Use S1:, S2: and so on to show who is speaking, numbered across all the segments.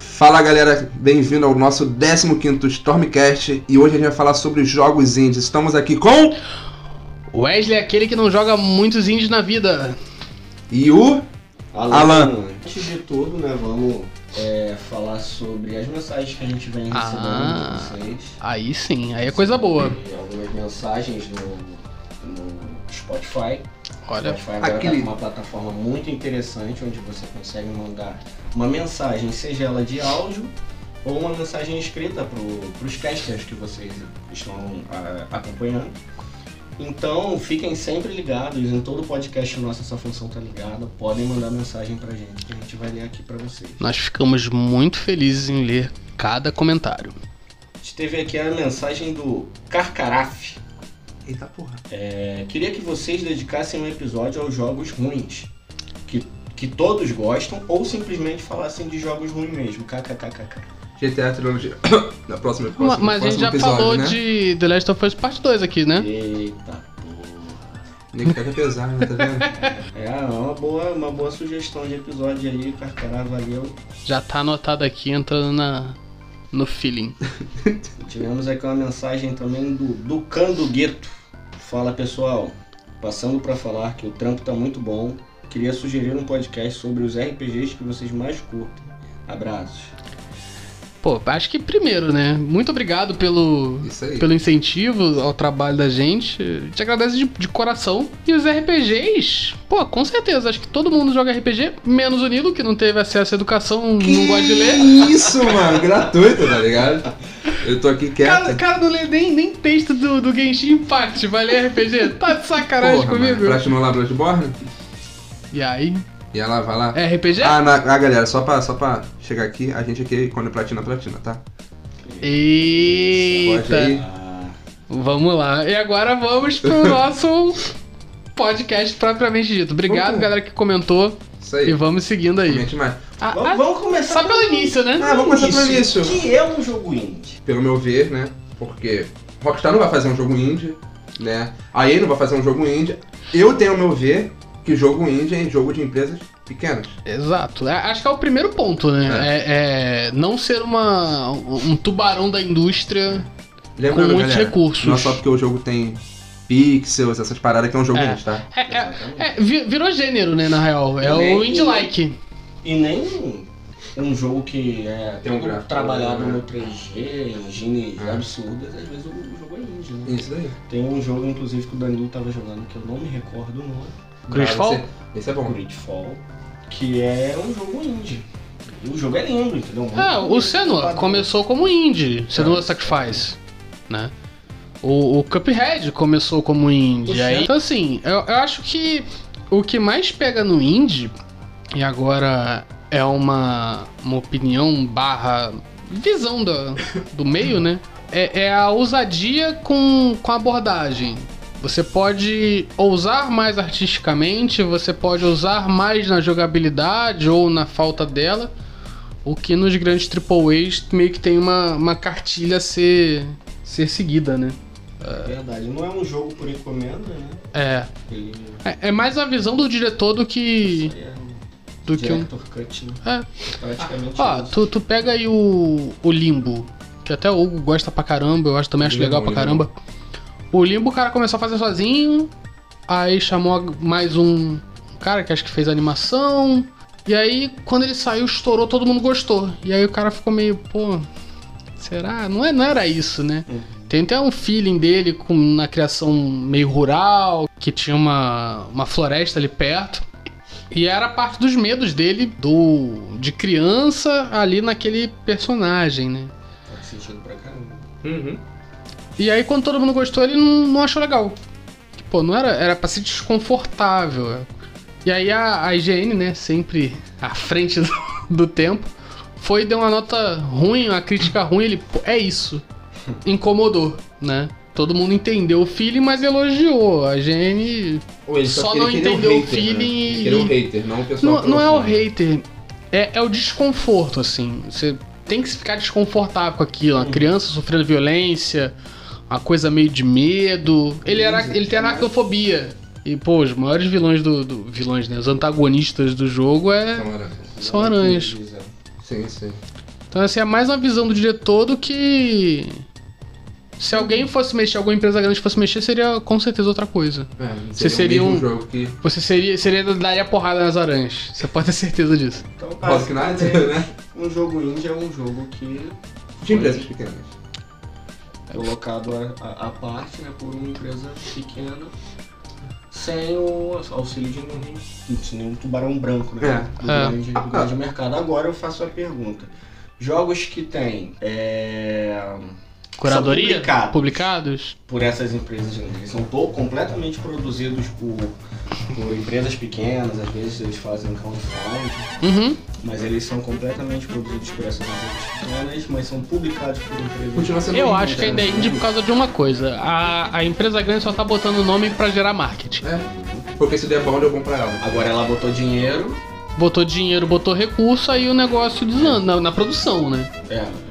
S1: Fala galera, bem-vindo ao nosso 15º Stormcast e hoje a gente vai falar sobre jogos indies. Estamos aqui com
S2: Wesley é aquele que não joga muitos indies na vida.
S1: e o Alan.
S3: Antes de tudo, né, vamos é, falar sobre as mensagens que a gente vem recebendo
S2: Ah.
S3: de vocês.
S2: Aí sim, aí é coisa boa.
S3: E algumas mensagens no, no Spotify.
S2: Olha,
S3: Spotify agora
S1: aquele-
S3: tá com uma plataforma muito interessante onde você consegue mandar uma mensagem, seja ela de áudio ou uma mensagem escrita para os casters que vocês estão ah, acompanhando. Então fiquem sempre ligados, em todo podcast nosso essa função tá ligada, podem mandar mensagem pra gente que a gente vai ler aqui pra vocês.
S2: nós ficamos muito felizes em ler cada comentário.
S3: A gente teve aqui a mensagem do Carcaraf.
S1: Eita porra.
S3: É, queria que vocês dedicassem um episódio aos jogos ruins. Que, que todos gostam, ou simplesmente falassem de jogos ruins mesmo. KKKKK.
S1: GTA Trilogia. Na próxima,
S2: Ma-
S1: próximo,
S2: Mas a gente
S1: próximo
S2: já
S1: episódio,
S2: falou
S1: né?
S2: de The Last of Us Part 2 aqui, né?
S3: Eita porra.
S1: Nem fica que é pesado, né? Tá vendo?
S3: É uma boa, uma boa sugestão de episódio aí, Carcará, valeu.
S2: Já tá anotado aqui, entrando na, no feeling.
S3: Tivemos aqui uma mensagem também do Ducan do Gueto. Fala pessoal, passando pra falar que o trampo tá muito bom, queria sugerir um podcast sobre os RPGs que vocês mais curtem. Abraços.
S2: Pô, acho que primeiro, né? Muito obrigado pelo,
S1: Isso aí.
S2: pelo incentivo ao trabalho da gente. Te agradece de, de coração. E os RPGs? Pô, com certeza. Acho que todo mundo joga RPG, menos o Nilo, que não teve acesso à educação, não gosta de ler.
S1: Isso, mano, gratuito, tá ligado? Eu tô aqui quieto.
S2: Cara, cara não lê nem, nem texto do, do Genshin Impact, vai ler RPG? Tá de sacanagem
S1: Porra, mano,
S2: comigo?
S1: platinou lá Bloodborne?
S2: E aí?
S1: E ela vai lá.
S2: É RPG?
S1: Ah, na, ah, galera, só pra, só pra chegar aqui, a gente aqui, quando platina, platina, tá? Pode
S2: Eita!
S1: aí.
S3: Ah,
S2: Vamos lá. E agora vamos pro nosso podcast propriamente dito. Obrigado,
S1: Vamos.
S2: galera, que comentou.
S1: Isso
S2: E
S1: aí.
S2: vamos seguindo aí.
S1: Comente mais.
S2: Ah,
S3: vamos,
S2: ah,
S3: vamos começar
S2: só pelo início, né?
S1: Ah, vamos começar pelo início.
S3: Que é um jogo indie.
S1: pelo meu ver, né? Porque Rockstar não vai fazer um jogo indie, né? A EA não vai fazer um jogo indie. Eu tenho o meu ver que jogo indie é jogo de empresas pequenas.
S2: Exato. É, Acho que é o primeiro ponto, né? É, é não ser uma, um tubarão da indústria com
S1: Lembrando,
S2: muitos
S1: galera,
S2: recursos.
S1: não é só porque o jogo tem pixels, essas paradas que é um jogo
S2: É.
S1: indie, tá?
S2: É, é, é, vi- virou gênero, né, na real. É
S3: Nem-
S2: o indie-like.
S3: E nem um jogo que é
S1: Tem um gráfico,
S3: trabalhado
S1: né?
S3: no 3G, engines
S1: É.
S3: absurdas, às vezes o, o jogo é indie, né?
S1: Isso daí.
S3: Tem um jogo, inclusive, que o Danilo tava jogando, que eu não me recordo o nome,
S2: Crashfall?
S1: Ah, você- Esse é bom.
S3: Gridfall, que é um jogo indie. E o jogo é lindo, entendeu? Muito
S2: É, o
S3: lindo,
S2: Senua
S3: padrão.
S2: começou como indie, Senua
S3: É.
S2: Sacrifice, né? O, o Cuphead começou como indie.
S3: Puxa.
S2: Aí, então, assim, eu, eu acho que o que mais pega no indie, e agora é uma, uma opinião barra visão da, do meio, né? É, é a ousadia com, com a abordagem. Você pode ousar mais artisticamente, você pode ousar mais na jogabilidade ou na falta dela. O que nos grandes AAAs meio que tem uma, uma cartilha a ser, ser seguida, né?
S3: Verdade, não é um jogo por encomenda, né?
S2: É,
S3: Ele
S2: é. é mais a visão do diretor do que.
S3: é um
S2: do que um.
S3: director cut, né?
S2: É.
S3: Praticamente
S2: Ó,
S3: isso.
S2: tu, tu pega aí o, o Limbo, que até o Hugo gosta pra caramba, eu acho também acho
S1: Limbo,
S2: legal pra
S1: Limbo.
S2: caramba. O Limbo o cara começou a fazer sozinho, aí chamou mais um cara que acho que fez animação. E aí, quando ele saiu, estourou, todo mundo gostou. E aí o cara ficou meio, pô, será? Não, é, não era isso, né?
S3: Uhum.
S2: Tem até um feeling dele com, na criação meio rural, que tinha uma, uma floresta ali perto. E era parte dos medos dele do de criança ali naquele personagem, né?
S3: Faz sentido pra caramba.
S1: Uhum.
S2: E aí quando todo mundo gostou, ele não, não achou legal. Que, Pô, não era, era pra ser desconfortável. E aí a, a IGN, né, sempre à frente do, do tempo, foi e deu uma nota ruim, uma crítica ruim, ele, pô, é isso. Incomodou, né? Todo mundo entendeu o feeling, mas elogiou. A IGN
S1: Ou ele
S2: Só
S1: queria-
S2: não
S1: queria um
S2: entendeu o
S1: hater, né?
S2: feeling
S1: Ele Queria um
S2: e-
S1: hater, não o pessoal.
S2: Não,
S1: que
S2: não é o
S1: fã.
S2: hater, é, é o desconforto, assim. Você tem que ficar desconfortável com aquilo.
S3: Uhum.
S2: Uma criança sofrendo violência, uma coisa meio de medo. Ele, era, ele tem aracnofobia. E, pô, os maiores vilões do. do- vilões, né? Os antagonistas do jogo é.
S1: Então, era-
S2: São aranhas.
S1: Sim, sim.
S2: Então, assim, é mais uma visão do diretor do que. Se alguém fosse mexer, alguma empresa grande fosse mexer, seria com certeza outra coisa.
S1: É,
S2: Você
S1: seria
S2: seria
S1: o mesmo
S2: um-
S1: jogo que
S2: Você seria, seria daria porrada nas aranhas. Você pode ter certeza disso.
S3: Então,
S1: Rock Knight,
S3: basicamente,
S1: né?
S3: um jogo indie é um jogo que
S1: De empresas pequenas.
S3: é colocado a- a- à parte né, por uma empresa pequena, sem o auxílio de nenhum, de nenhum um tubarão branco, né?
S1: É.
S3: Do,
S2: É.
S3: Grande, do grande mercado. Agora eu faço a pergunta. Jogos que têm é,
S2: Curadoria?
S3: São publicados.
S2: Publicados?
S3: por essas empresas grandes, eles são to- completamente produzidos por, por empresas pequenas, às vezes eles fazem um crowdfunding,
S2: Uhum.
S3: Mas eles são completamente produzidos por essas empresas pequenas, mas são publicados por empresas.
S1: Continua sendo
S2: Eu
S1: indie,
S2: acho que
S1: cara.
S2: ainda é indie por causa de uma coisa. A, a empresa grande só tá botando o nome pra gerar marketing.
S1: É. Porque se der bom, eu vou pra ela.
S3: Agora ela botou dinheiro.
S2: Botou dinheiro, botou recurso, aí o negócio desanda na, na produção, né?
S3: É, produção.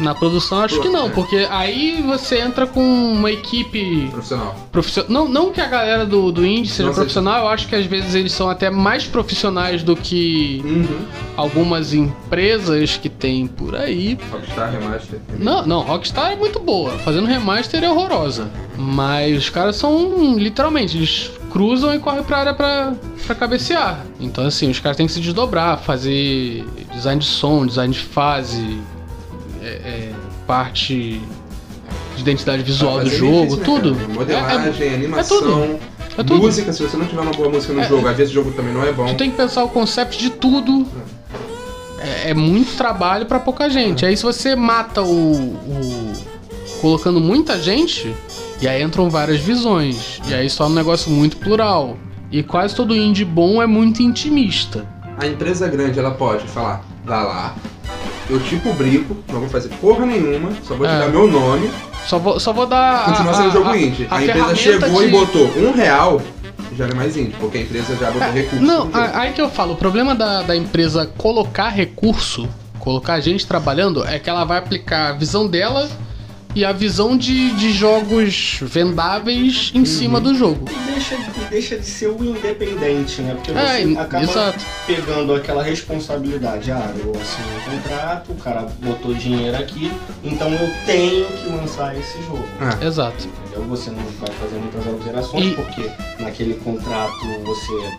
S2: Na produção acho que não,
S1: É.
S2: porque aí você entra com uma equipe
S1: Profissional.
S2: profissional. Não, não que a galera do, do indie seja
S1: Não seja.
S2: profissional, eu acho que às vezes eles são até mais profissionais do que
S1: Uhum.
S2: algumas empresas que tem por aí,
S1: Rockstar Remaster.
S2: Não, não, Rockstar é muito boa. Fazendo remaster é horrorosa. Mas os caras são literalmente, eles cruzam e correm pra área pra, pra cabecear. Então assim, os caras têm que se desdobrar, fazer design de som, design de fase, é, é, parte de identidade visual
S1: Ah,
S2: do
S1: mas é
S2: jogo,
S1: difícil, né,
S2: tudo.
S1: cara?
S2: É- é-
S1: Modelagem, animação,
S2: tudo. É tudo.
S1: música. Se você não tiver uma boa música no
S2: É-
S1: jogo, às vezes o jogo também não é bom.
S2: Tu tem que pensar o conceito de tudo. É, é muito trabalho pra pouca gente. Aí se você mata o, o- colocando muita gente, e aí entram várias visões. E aí só um negócio muito plural. E quase todo indie bom é muito intimista.
S1: A empresa grande, ela pode falar, vá lá, eu te publico, não vou fazer porra nenhuma, só vou te
S2: É.
S1: dar meu nome,
S2: Só vou, só vou dar. a-
S1: continua sendo
S2: a-
S1: jogo
S2: a-
S1: indie. A,
S2: a
S1: empresa
S2: ferramenta
S1: chegou e
S2: de-
S1: botou um real, já não é mais indie, porque a empresa já botou recurso.
S2: É, Não,
S1: no jogo.
S2: a- aí que eu falo, o problema da, da empresa colocar recurso, colocar gente trabalhando, é que ela vai aplicar a visão dela e a visão de, de jogos vendáveis
S1: Uhum.
S2: em cima do jogo.
S3: E deixa, e deixa de ser o independente, né? Porque
S2: É,
S3: você acaba
S2: exato.
S3: pegando aquela responsabilidade. Ah, eu assinei um contrato, o cara botou dinheiro aqui, então eu tenho que lançar esse jogo.
S1: Ah,
S2: Exato.
S3: Entendeu? Você não vai fazer muitas alterações,
S2: E-
S3: porque naquele contrato você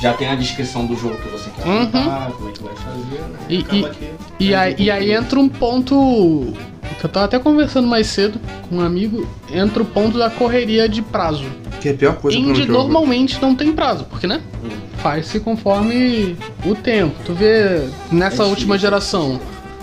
S3: já tem a descrição do jogo que você quer
S2: Uhum.
S3: montar, como é que vai fazer, né?
S2: E-
S3: acaba
S2: e-
S3: que-
S2: E aí, e aí entra um ponto que eu tava até conversando mais cedo com um amigo, entra o ponto da correria de prazo.
S1: que é a pior coisa pra um
S2: Indie
S1: jogo.
S2: normalmente não tem prazo, porque né?
S3: Hum.
S2: faz-se conforme o tempo. Tu vê nessa
S3: É
S2: última
S3: difícil.
S2: geração.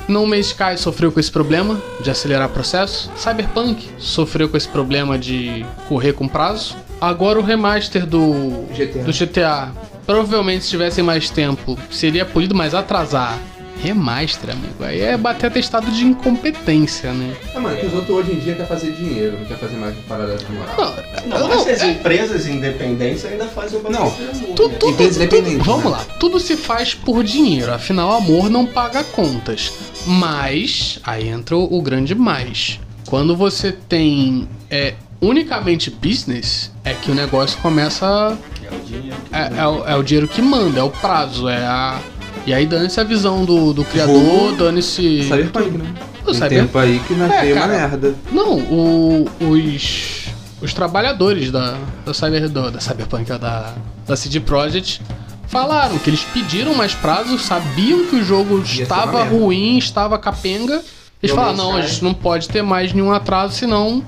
S2: No Man's Sky sofreu com esse problema de acelerar processo. Cyberpunk sofreu com esse problema de correr com prazo. Agora o remaster do
S1: GTA.
S2: do GTA provavelmente se tivessem mais tempo seria polido, mas atrasar. Remaster, amigo. Aí é bater atestado de incompetência, né?
S1: É, mano, que os outros hoje em dia quer fazer dinheiro, não quer fazer mais parada de moral.
S2: Não,
S3: Não,
S2: Não,
S3: mas as
S2: é-
S3: empresas independentes ainda fazem bastante amor.
S2: Tu-
S3: né?
S2: tudo-
S1: Empresa independente,
S2: tudo- vamos
S1: né?
S2: lá, tudo se faz por dinheiro, afinal amor não paga contas. Mas, aí entra o grande mais. Quando você tem é, unicamente business, é que o negócio começa.
S3: É o dinheiro que
S2: É,
S3: vem.
S2: é o, é o dinheiro que manda, é o prazo, é a. E aí dane-se a visão do, do criador,
S1: Vou-
S2: dane-se.
S1: Cyberpunk, né?
S2: O
S1: Tem
S2: Cyber-
S1: tempo aí que nasceu uma
S2: É, cara.
S1: merda.
S2: Não, o- os, os trabalhadores da, da, Cyber, do- da Cyberpunk, ó, da, da CD Projekt, falaram que eles pediram mais prazo, sabiam que o jogo
S1: ser uma
S2: estava
S1: merda.
S2: ruim, estava capenga. Eles
S3: No
S2: falaram,
S3: Man's
S2: não, a
S3: Sky."
S2: gente não pode ter mais nenhum atraso, senão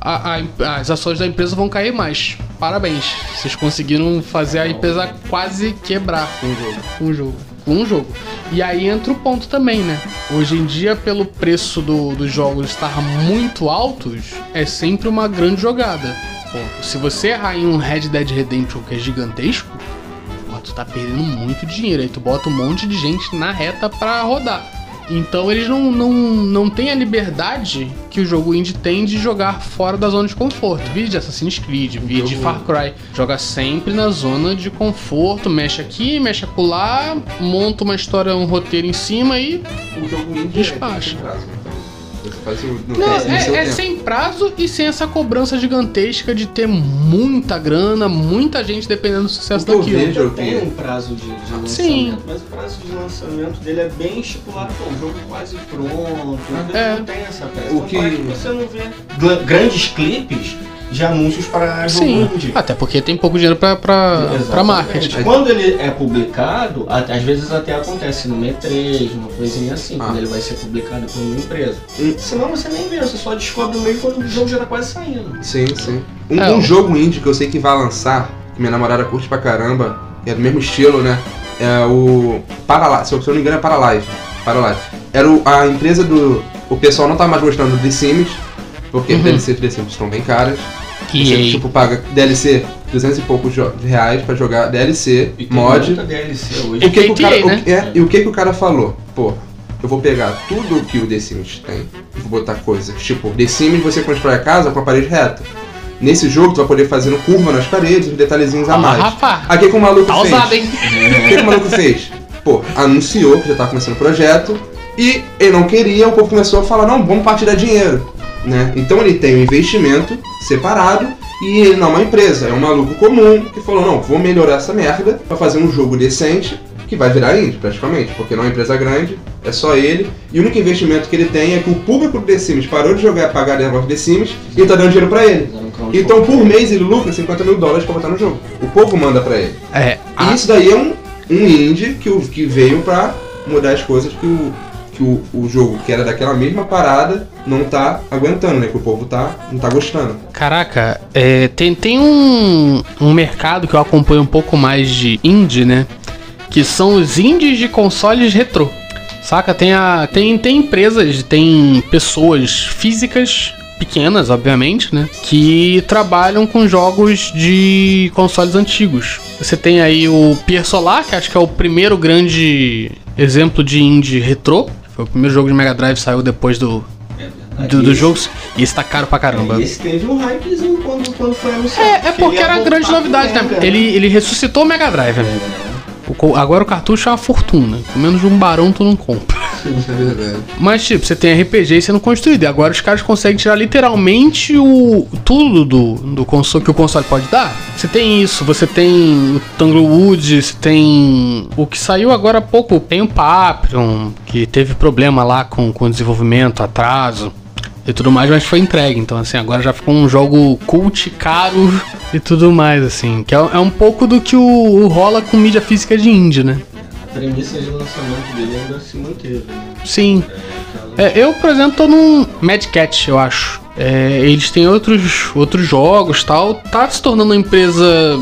S2: a- a- as ações da empresa vão cair mais. Parabéns, vocês conseguiram fazer a empresa quase quebrar
S1: Um jogo.
S2: um jogo. Um jogo. E aí entra o ponto também, né? Hoje em dia, pelo preço do- dos jogos estar muito altos, é sempre uma grande jogada. Pô, se você errar em um Red Dead Redemption que é gigantesco, pô, tu tá perdendo muito dinheiro. Aí tu bota um monte de gente na reta pra rodar. Então eles não, não, não têm a liberdade que o jogo indie tem de jogar fora da zona de conforto. Vide Assassin's Creed, vide
S1: Jogo-
S2: Far Cry. Joga sempre na zona de conforto, mexe aqui, mexe acolá, monta uma história, um roteiro em cima e
S1: O jogo indie né,
S2: Despacho.
S1: é, tem prazo, então. Você faz no, no,
S2: Não,
S1: no seu
S2: é, é
S1: tempo.
S2: sem prazo e sem essa cobrança gigantesca de ter muita grana, muita gente dependendo do sucesso
S1: O que eu
S2: daquilo.
S1: vejo-
S3: Ainda tem um prazo de, de lançamento,
S2: Sim.
S3: mas o prazo de lançamento dele é bem estipulado, pô, o jogo é quase pronto, ainda
S2: É.
S3: não tem essa pressa.
S1: O
S3: Então,
S1: que-
S3: para que você não vê gl- grandes clipes de anúncios para jogo
S2: Sim,
S3: indie.
S2: até porque tem pouco dinheiro pra, pra,
S3: Exatamente.
S2: pra marketing.
S3: Quando ele é publicado, a- às vezes até acontece no E3, uma coisinha assim,
S1: Ah.
S3: quando ele vai ser publicado por uma empresa.
S1: Hum.
S3: Senão você nem vê, você só descobre meio quando o jogo já tá quase saindo.
S1: Sim, sim. Um,
S2: É,
S1: um
S2: o-
S1: jogo indie que eu sei que vai lançar, que minha namorada curte pra caramba, que é do mesmo estilo, né? É o. Paralive, se eu se eu não me engano é Paralive. Paralive. Era o- a empresa do. O pessoal não tá mais gostando do The Sims, porque
S2: Uhum.
S1: DLC de The Sims estão bem caras.
S2: E
S1: Você,
S2: aí,
S1: tipo, paga DLC 200 e poucos jo- reais pra jogar DLC,
S3: E tem
S1: mod.
S3: muita DLC
S1: E o
S3: hoje.
S1: que, que o
S2: GTA,
S1: cara, o-
S2: né?
S1: é, e o que que o cara falou? Pô, eu vou pegar tudo que o The Sims tem e vou botar coisas. Tipo, The Sims você constrói a casa com a parede reta. Nesse jogo tu vai poder fazer curva nas paredes, uns detalhezinhos a
S2: ah,
S1: mais.
S2: rapaz,
S1: Aqui que o maluco
S2: tá
S1: fez?
S2: ousado, hein?
S1: O que, que o maluco fez? Pô, anunciou que já tava começando o projeto e ele não queria, o povo começou a falar, não, vamos partilhar dinheiro. Né? Então ele tem um investimento separado e ele não é uma empresa, é um maluco comum que falou, não, vou melhorar essa merda pra fazer um jogo decente que vai virar indie praticamente, porque não é uma empresa grande, é só ele, e o único investimento que ele tem é que o público do The Sims parou de jogar e pagar negócio do The Sims e tá dando dinheiro pra ele.
S3: um
S1: Então por mês ele lucra 50 mil dólares pra botar no jogo. O povo manda pra ele.
S2: É,
S1: E isso daí é um, um indie que, o- que veio pra mudar as coisas que, o, que o, o jogo que era daquela mesma parada não tá aguentando, né? Que o povo tá, não tá gostando.
S2: Caraca, é, tem, tem um, um mercado que eu acompanho um pouco mais de indie, né? Que são os indies de consoles retrô. Saca? Tem, a, tem, tem empresas, tem pessoas físicas, pequenas, obviamente, né? Que trabalham com jogos de consoles antigos. Você tem aí o Pier Solar, que acho que é o primeiro grande exemplo de indie retrô. Foi o primeiro jogo de Mega Drive, saiu depois do, do, do jogo. E esse tá caro pra caramba.
S3: E esse teve um hypezinho quando, quando foi anunciado.
S2: É, é
S3: que ele
S2: porque
S3: ia
S2: era a
S3: voltar
S2: grande
S3: pro
S2: novidade, né?
S3: Mega.
S2: Ele, ele ressuscitou o Mega Drive, né?
S3: É,
S2: O co- Agora o cartucho é uma fortuna. Pelo menos de um barão tu não compra.
S1: Isso é verdade.
S2: Mas, tipo, você tem RPG sendo construído. E agora os caras conseguem tirar literalmente o. tudo do, do console que o console pode dar. Você tem isso, você tem o Tanglewood, você tem. O que saiu agora há pouco. Tem o Paprium, que teve problema lá com, com o desenvolvimento, atraso. E tudo mais, mas foi entregue. Então, assim, agora já ficou um jogo cult, caro e tudo mais, assim. Que é, é um pouco do que o, o rola com mídia física de indie, né?
S3: a premissa de lançamento dele ainda se manteve. né?
S2: Sim.
S3: É, aquela-
S2: É, eu, por exemplo, tô num Mad Cat, eu acho. É, eles têm outros, outros jogos tal. Tá se tornando uma empresa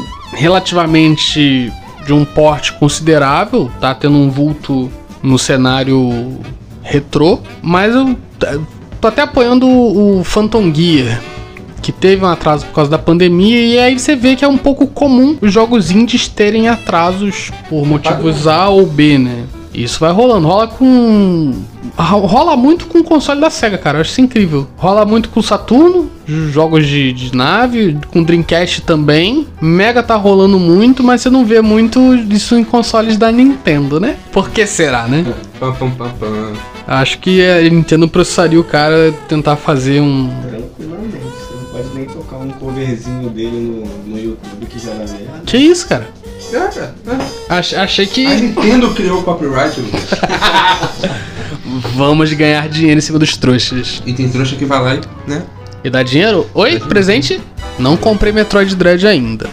S2: relativamente de um porte considerável. Tá tendo um vulto no cenário retrô. Mas eu t- tô até apoiando o o Phantom Gear. Que teve um atraso por causa da pandemia, e aí você vê que é um pouco comum os jogos indies terem atrasos por motivos A ou B, né? Isso vai rolando. Rola com Ro- Rola muito com o console da SEGA, cara. Eu acho isso incrível. Rola muito com o Saturno, j- jogos de, de nave, com Dreamcast também. Mega tá rolando muito, mas você não vê muito isso em consoles da Nintendo, né? Por que será, né?
S1: Pam, pam, pam, pam.
S2: Acho que a Nintendo processaria o cara tentar fazer um.
S3: Tranquilamente, você não pode nem tocar um coverzinho dele no, no YouTube que já dá merda.
S2: Que isso, cara?
S1: É, cara, é.
S2: Ach- achei que
S1: A Nintendo criou o copyright Lu.
S2: vamos ganhar dinheiro em cima dos trouxas.
S1: e tem trouxa que vai lá e, né?
S2: E dá dinheiro? Oi, presente? Não comprei Metroid Dread ainda.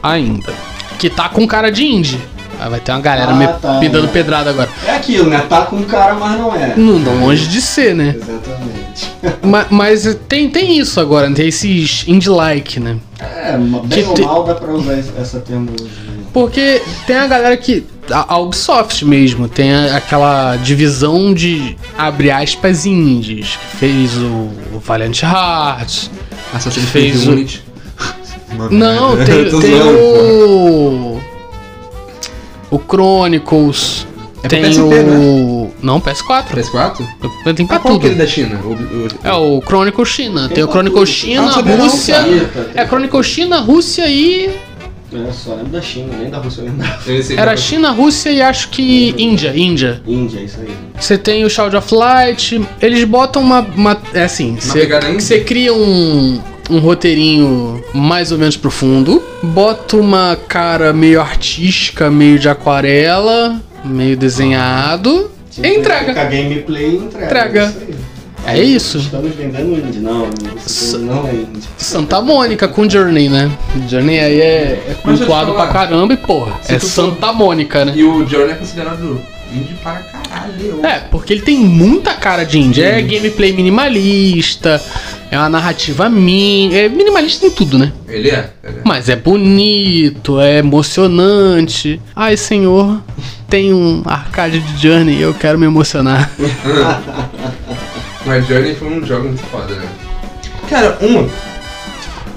S2: Ainda. Que tá com cara de indie. Ah, vai ter uma galera
S3: Ah,
S2: me,
S3: tá,
S2: me dando
S3: é.
S2: pedrada agora.
S3: É aquilo, né? Tá com cara, mas não é.
S2: Não, não longe de ser, né?
S3: Exatamente.
S2: Ma- mas tem, tem isso agora, né? tem esses indie-like, né?
S3: É, ma- bem
S2: Que
S3: ou
S2: te-
S3: mal dá pra usar es- essa terminologia.
S2: Porque tem a galera que. A, a Ubisoft mesmo, tem a- aquela divisão de abre aspas indies, que fez o, o Valiant Hearts,
S1: Assassin's
S2: Fez
S1: Creed
S2: o-
S1: Unity. Mano, é.
S2: Não,
S1: eu
S2: tem,
S1: tô
S2: tem
S1: zoando, porra.
S2: o. O Chronicles.
S1: É pra
S2: tem
S1: PSP,
S2: o.
S1: né?
S2: Não, PS4.
S1: PS4?
S2: Tem pra
S1: Ah, qual que é
S2: Tá tudo.
S1: ele da China? O, o-
S2: É o Chronicles China. Tem, o
S3: pra
S2: Chronicles
S3: tudo.
S1: Ah,
S2: China,
S1: sabia não,
S2: Rússia.
S1: cara.
S3: Eita,
S2: É Chronicles China, Rússia e.
S3: Eu tá? só lembro da China, nem da Rússia eu lembrava.
S1: Eu nem sei
S2: Era
S1: qual-
S2: China, Rússia e acho que Índia, Índia.
S3: Índia, é isso aí.
S2: Você tem o Child of Light, eles botam uma. uma- é assim, você-
S1: pegada índia?
S2: você cria um, um roteirinho mais ou menos profundo, bota uma cara meio artística, meio de aquarela, meio desenhado.
S3: Se
S2: Entrega.
S3: colocar gameplay, entrega.
S2: Entrega.
S3: isso aí.
S2: É isso.
S3: Estamos vendendo indie. Não,
S2: S-
S3: isso não é indie.
S2: Santa Mônica com Journey, né? Journey aí é, é
S1: Mas deixa eu te
S2: cultuado pra
S1: falar.
S2: caramba e, porra,
S1: Se
S2: é
S1: tu for-
S2: Santa Mônica, né?
S1: E o Journey é considerado indie para caralho.
S2: É, porque ele tem muita cara de indie. É gameplay minimalista, é uma narrativa min... É minimalista em tudo, né?
S1: Ele é. Ele é.
S2: Mas é bonito, é emocionante. Ai, senhor, tem um arcade de Journey e eu quero me emocionar.
S1: Mas Journey foi um jogo muito foda, né? Cara, um.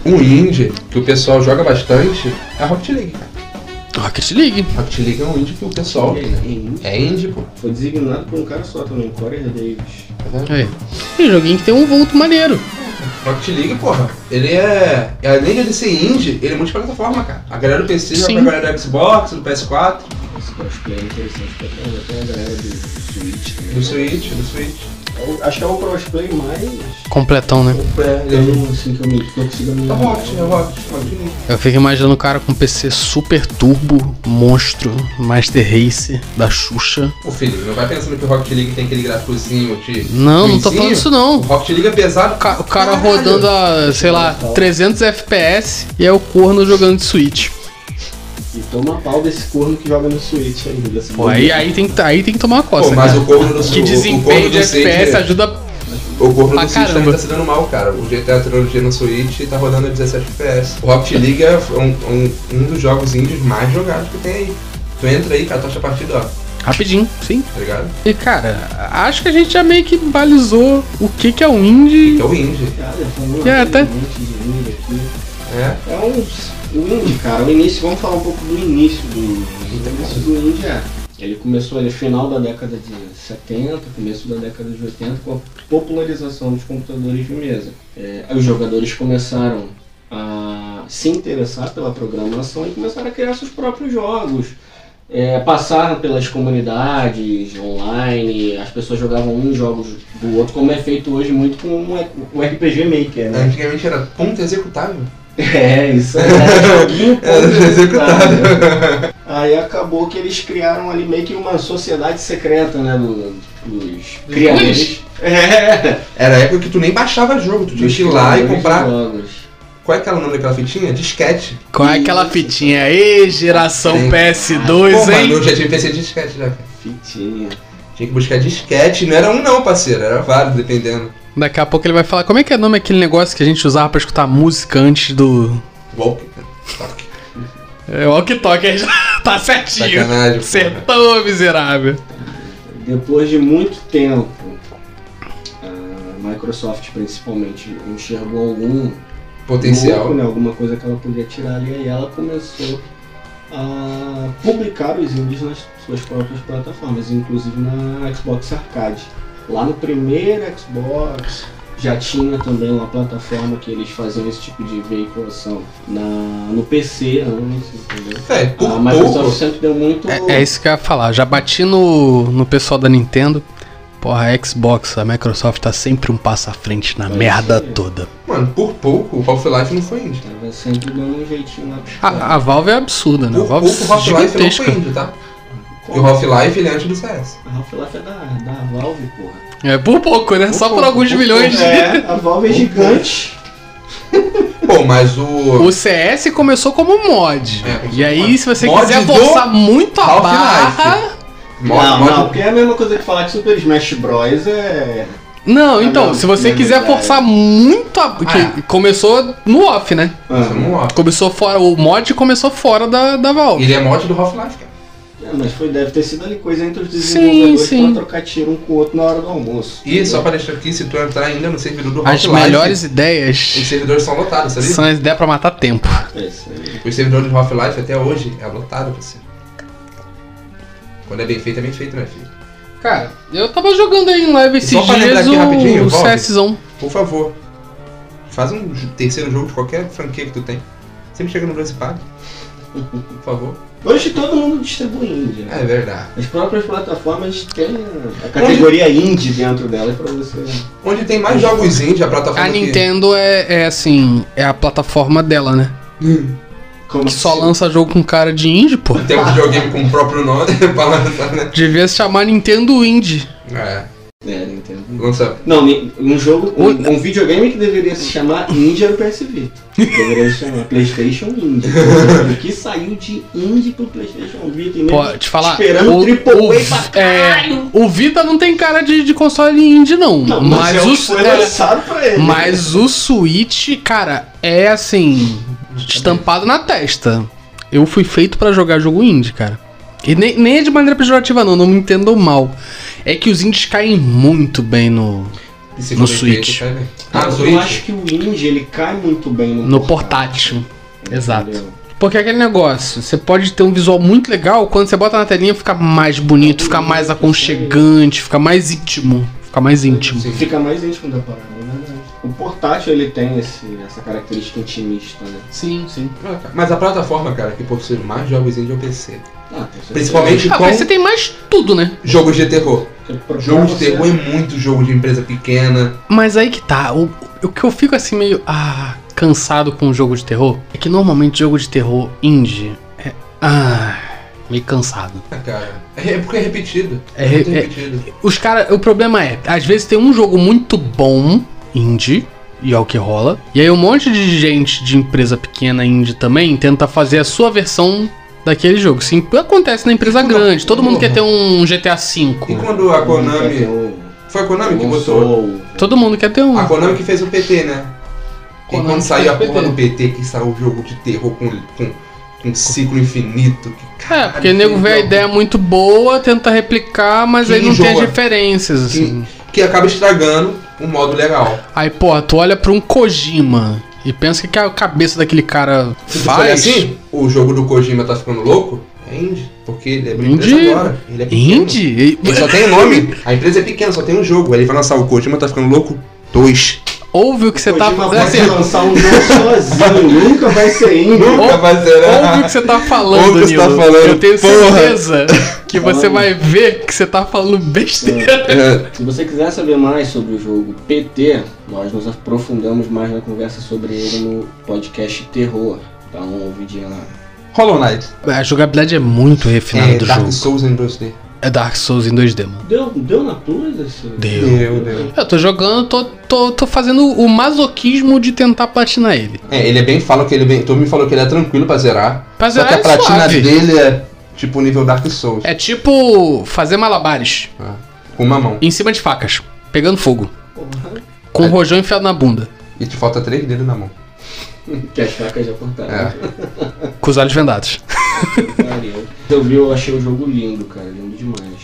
S1: Um indie que o pessoal joga bastante é a Rocket League, cara.
S2: Rocket League.
S1: Rocket League é um indie que o pessoal.
S3: É indie.
S1: É indie, pô.
S3: Foi designado por um cara só também, Corey Davis.
S1: Tá vendo?
S2: Aí. E joguinho que tem um vulto maneiro.
S1: Rocket League, porra, ele é. Além de ele ser indie, ele é multiplataforma, cara. A galera do PC joga
S2: Sim.
S1: pra galera do Xbox, do PS4,
S3: Esse crossplay é interessante pra caramba. Tem a galera do, do Switch.
S1: do
S3: Né?
S1: Switch, do Switch.
S3: Eu Acho que é o crossplay mais.
S2: Completão, né?
S1: É,
S3: Eu
S1: ele
S3: não sei que eu, me, que eu consigo me.
S1: é Rocket, é Rocket, Rocket League.
S2: Eu fico imaginando o cara com PC super turbo, monstro, Master Race da Xuxa.
S1: Ô filho, não vai pensando que o Rocket League tem aquele gráficozinho de.
S2: Não, não tô
S1: ruinzinho.
S2: falando isso não.
S1: O Rocket League é pesado.
S2: O ca- o cara
S1: Caralho.
S2: rodando a, sei lá, 300 FPS e é o corno jogando de Switch.
S3: E toma pau desse corno que joga no Switch ainda. desse
S2: Pô, aí, aí, tem, que- aí tem que tomar uma coça.
S1: Pô, mas
S2: cara.
S1: o corno do
S2: que
S1: o- o
S2: desempenho
S1: corno
S2: de
S1: do é- Switch-
S2: FPS ajuda.
S1: O corno
S2: pra
S1: do Switch também
S2: caramba.
S1: tá se dando mal, cara. O GTA Trilogy no Switch tá rodando a 17 FPS. O Rocket League é um, um- um dos jogos indies mais jogados que tem aí. Tu entra aí, catocha a partida, ó, tá
S2: Rapidinho, sim.
S1: ligado?
S2: E cara, acho que a gente já meio que balizou o que, que é o indie.
S1: Que é o indie.
S3: Cara, eu falo,
S2: É, até-
S3: um monte de indie aqui.
S1: É.
S3: É um. O indie, cara, o início, vamos falar um pouco do início do indie. O início do indie é. Ele começou ali final da década de 70, começo da década de 80, com a popularização dos computadores de mesa. É, aí os jogadores começaram a se interessar pela programação e começaram a criar seus próprios jogos. É, passaram pelas comunidades online, as pessoas jogavam uns jogos do outro, como é feito hoje muito com um o RPG Maker,
S1: É.
S3: né?
S1: Antigamente era ponto executável.
S3: É, isso aí. Era joguinho
S1: Era
S3: pouco
S1: executado.
S3: executado. Aí acabou que eles criaram ali meio que uma sociedade secreta, né? do- dos criadores. É.
S1: Era a época que tu nem baixava jogo, tu tinha que ir lá e
S3: criadores de
S1: comprar.
S3: jogos.
S1: Qual é aquela nome daquela fitinha? Disquete.
S2: Qual é aquela fitinha? Ei, geração
S1: Sim. Pô,
S2: PS2,
S1: mano, eu
S2: hein?
S1: já tinha PC de disquete já, cara.
S3: Fitinha.
S1: Tinha que buscar disquete, não era um não, parceiro, era vários, dependendo.
S2: Daqui a pouco ele vai falar como é que é o nome daquele negócio que a gente usava pra escutar música antes do.
S1: Walk.
S2: É walkie-talkie, já tá certinho.
S1: Sacanagem. porra.
S2: Acertou, miserável.
S3: Depois de muito tempo, a Microsoft principalmente enxergou algum
S1: Potencial.
S3: lucro, né, alguma coisa que ela podia tirar ali, aí ela começou a publicar os indies nas suas próprias plataformas, inclusive na Xbox Arcade. Lá no primeiro Xbox já tinha também uma plataforma que eles faziam esse tipo de veiculação na, no PC antes, entendeu? Ah,
S1: É, por
S3: A Microsoft
S1: pouco.
S3: sempre deu muito.
S2: É, é isso que eu ia falar. Já bati no, no pessoal da Nintendo. Porra, a Xbox, a Microsoft tá sempre um passo à frente na
S3: É
S2: merda
S3: isso aí.
S2: toda.
S1: Mano, por pouco o Half-Life não foi indie.
S3: Tava sempre dando um jeitinho lá
S1: Ah,
S3: pros caras.
S2: A, a Valve é absurda, né? A
S1: Por pouco
S2: Valve
S1: o
S2: é
S1: Half-Life não foi
S2: gigantesca.
S1: indie, tá? E o Half-Life ele é antes do CS.
S3: A Half-Life é da, da Valve, porra.
S2: É por pouco, né?
S1: Por
S2: Só por
S1: pouco,
S2: alguns
S1: por
S2: milhões de.
S3: a Valve é gigante.
S1: Pô, mas o.
S2: O CS começou como mod.
S1: É,
S2: e aí, se você
S1: mod
S2: quiser
S1: do
S2: forçar muito a
S1: Half-Life.
S2: barra.
S1: mod-
S3: não,
S1: mod-
S3: não, porque é a mesma coisa que falar que Super Smash Bros. é.
S2: Não, então,
S3: não,
S2: se você
S1: é
S3: na
S2: quiser
S3: verdade.
S2: forçar muito a. que
S1: Ah,
S2: Começou no off, né?
S1: Isso é um mod.
S2: Começou fora. O mod começou fora da, da Valve.
S1: Ele é mod do Half-Life, cara.
S3: É, mas foi, deve ter sido ali coisa entre os
S2: Sim,
S3: desenvolvedores
S2: sim.
S3: pra trocar tiro um com o outro na hora do almoço.
S1: E só pra deixar aqui, se tu entrar ainda no servidor do
S2: As
S1: Half-Life, é
S2: melhores ideias.
S1: os servidores são lotados, sabia?
S2: São as ideias pra matar tempo.
S3: É isso aí.
S1: Os servidores do Half-Life até hoje é lotado, parceiro. Quando é bem feito, é bem feito, né, filho?
S2: Cara, eu tava jogando aí em live esses
S1: Só pra lembrar
S2: dias
S1: aqui rapidinho, Tá
S2: o
S1: Bob.
S2: CSzão.
S1: Por favor, faz um j- terceiro jogo de qualquer franquia que tu tem. Sempre chega no Brasil e paga. Por favor.
S3: Hoje todo mundo distribui indie, né?
S1: É verdade.
S3: As próprias plataformas têm a categoria indie dentro delas pra você.
S1: Onde tem mais jogos indie, a plataforma
S2: A
S1: que-
S2: Nintendo é, é assim, é a plataforma dela, né?
S3: Como
S2: Que só
S3: se-
S2: lança jogo com cara de indie, pô.
S1: Tem um videogame com o próprio nome pra lançar, né?
S2: Devia se chamar Nintendo Indie.
S1: É.
S3: É, Nintendo.
S1: Lança.
S3: Não, ni- um jogo, um, um videogame que deveria se chamar Indie era o PS Vita. Deveria se chamar PlayStation Indie. O que saiu de Indie pro PlayStation Vita e
S2: Pô, te falar.
S3: Esperando o Triple
S2: o,
S3: A pra
S2: é, o Vita não tem cara de, de console indie, não.
S3: Não,
S2: mas,
S3: é o que
S2: o,
S3: foi
S2: é,
S3: lançado pra ele.
S2: mas o Switch, cara, é assim. Estampado na testa. Eu fui feito pra jogar jogo indie, cara. E nem, nem é de maneira pejorativa, não, não me entendam mal. É que os indies caem muito bem no,
S1: Esse
S2: No
S1: videogame
S2: Switch.
S1: tá bem. Ah,
S3: Ah,
S1: no
S3: eu acho
S1: Switch.
S3: que o Indie ele cai muito bem no,
S2: no portátil. Exato.
S3: entendeu?
S2: Porque é aquele negócio, você pode ter um visual muito legal, quando você bota na telinha fica mais bonito, fica mais aconchegante, fica mais íntimo. Fica mais íntimo.
S1: Sim.
S3: Fica mais íntimo da parada, é verdade. O portátil ele tem esse, essa característica intimista, né?
S2: Sim, sim.
S1: Ah, cara. Mas a plataforma, cara, que possui mais jogos indie é o PC.
S3: Ah, tem certeza.
S1: Principalmente
S2: Ah,
S1: com
S2: mas você tem mais tudo, né?
S1: jogos de terror.
S3: Pra- pra
S1: Jogo de
S3: você-
S1: terror é muito jogo de empresa pequena.
S2: Mas aí que tá, o, o que eu fico assim meio ah, cansado com o jogo de terror é que normalmente jogo de terror indie é ah, meio cansado.
S1: Ah, cara. É porque é repetido.
S2: É,
S1: muito
S2: é-
S1: repetido.
S2: Os caras, o problema é, às vezes tem um jogo muito bom, indie, e é o que rola, e aí um monte de gente de empresa pequena indie também tenta fazer a sua versão daquele jogo. Sim, acontece na empresa
S1: Não,
S2: grande, todo mundo
S1: não.
S2: quer ter um GTA
S1: E
S2: V.
S1: quando a
S3: Tem
S1: Konami.
S3: o-
S1: Foi a Konami que
S3: o
S1: botou.
S3: Soul.
S2: Todo mundo quer ter um. tá
S1: A Konami que fez o PT, né? E
S2: Konami
S1: quando
S2: que
S1: saiu
S2: fez
S1: a
S2: o PT.
S1: porra do PT, que saiu o jogo de terror com, com, com ciclo infinito. Que,
S2: É,
S1: caralho,
S2: porque o nego
S1: que
S2: vê a
S1: jogo.
S2: ideia muito boa, tenta replicar, mas
S1: Que
S2: aí não tem as
S1: enjoa.
S2: referências, assim.
S1: Que acaba estragando um modo legal.
S2: Aí, porra, tu olha pra um Kojima e pensa que, que a cabeça daquele cara
S1: Se tu for
S2: faz.
S1: assim, o jogo do Kojima tá ficando louco, é indie. Porque ele é uma
S2: Indie?
S1: empresa agora. Ele é pequeno.
S2: Indie?
S1: Ele só tem o nome. A empresa é pequena, só tem um jogo. Aí ele vai lançar o Kojima tá ficando louco. Dois.
S2: Ouve o que você tá
S3: Kojima
S2: fazendo.
S3: pode
S2: Assim,
S3: lançar um jogo sozinho, nunca vai ser indie.
S1: Nunca vai né?
S2: Ouve o
S1: zerar.
S2: que você tá falando,
S1: Ouve o que você tá
S2: Nilo.
S1: falando,
S2: Eu tenho
S1: porra.
S2: certeza que você
S3: Falando.
S2: vai ver que você tá falando besteira.
S1: É,
S3: Se você quiser saber mais sobre o jogo PT, nós nos aprofundamos mais na conversa sobre ele no podcast Terror. Dá uma ouvidinha lá.
S1: Hollow Knight.
S2: A jogabilidade é muito refinada
S1: É,
S2: do
S1: Dark
S2: jogo.
S1: Souls em 2D.
S2: É Dark Souls em 2D, mano.
S3: Deu, deu na plus esse?
S2: Deu.
S1: Meu Deus.
S2: Eu tô jogando, tô, tô, tô fazendo o masoquismo de tentar platinar ele.
S1: É, ele é bem. Fala que ele é bem. Tu me falou que ele é tranquilo pra zerar.
S2: Pra
S1: só
S2: zerar
S1: que a
S2: é
S1: platina
S2: suave.
S1: dele é tipo nível Dark Souls.
S2: É tipo fazer malabares
S1: Ah, Com uma mão.
S2: em cima de facas, pegando fogo,
S3: Porra.
S2: com o rojão enfiado na bunda,
S1: E te falta três dedos na mão.
S3: Que as facas já cortaram.
S1: É.
S2: com os olhos vendados.
S3: Valeu. Eu vi, eu achei o jogo lindo, cara. Lindo demais.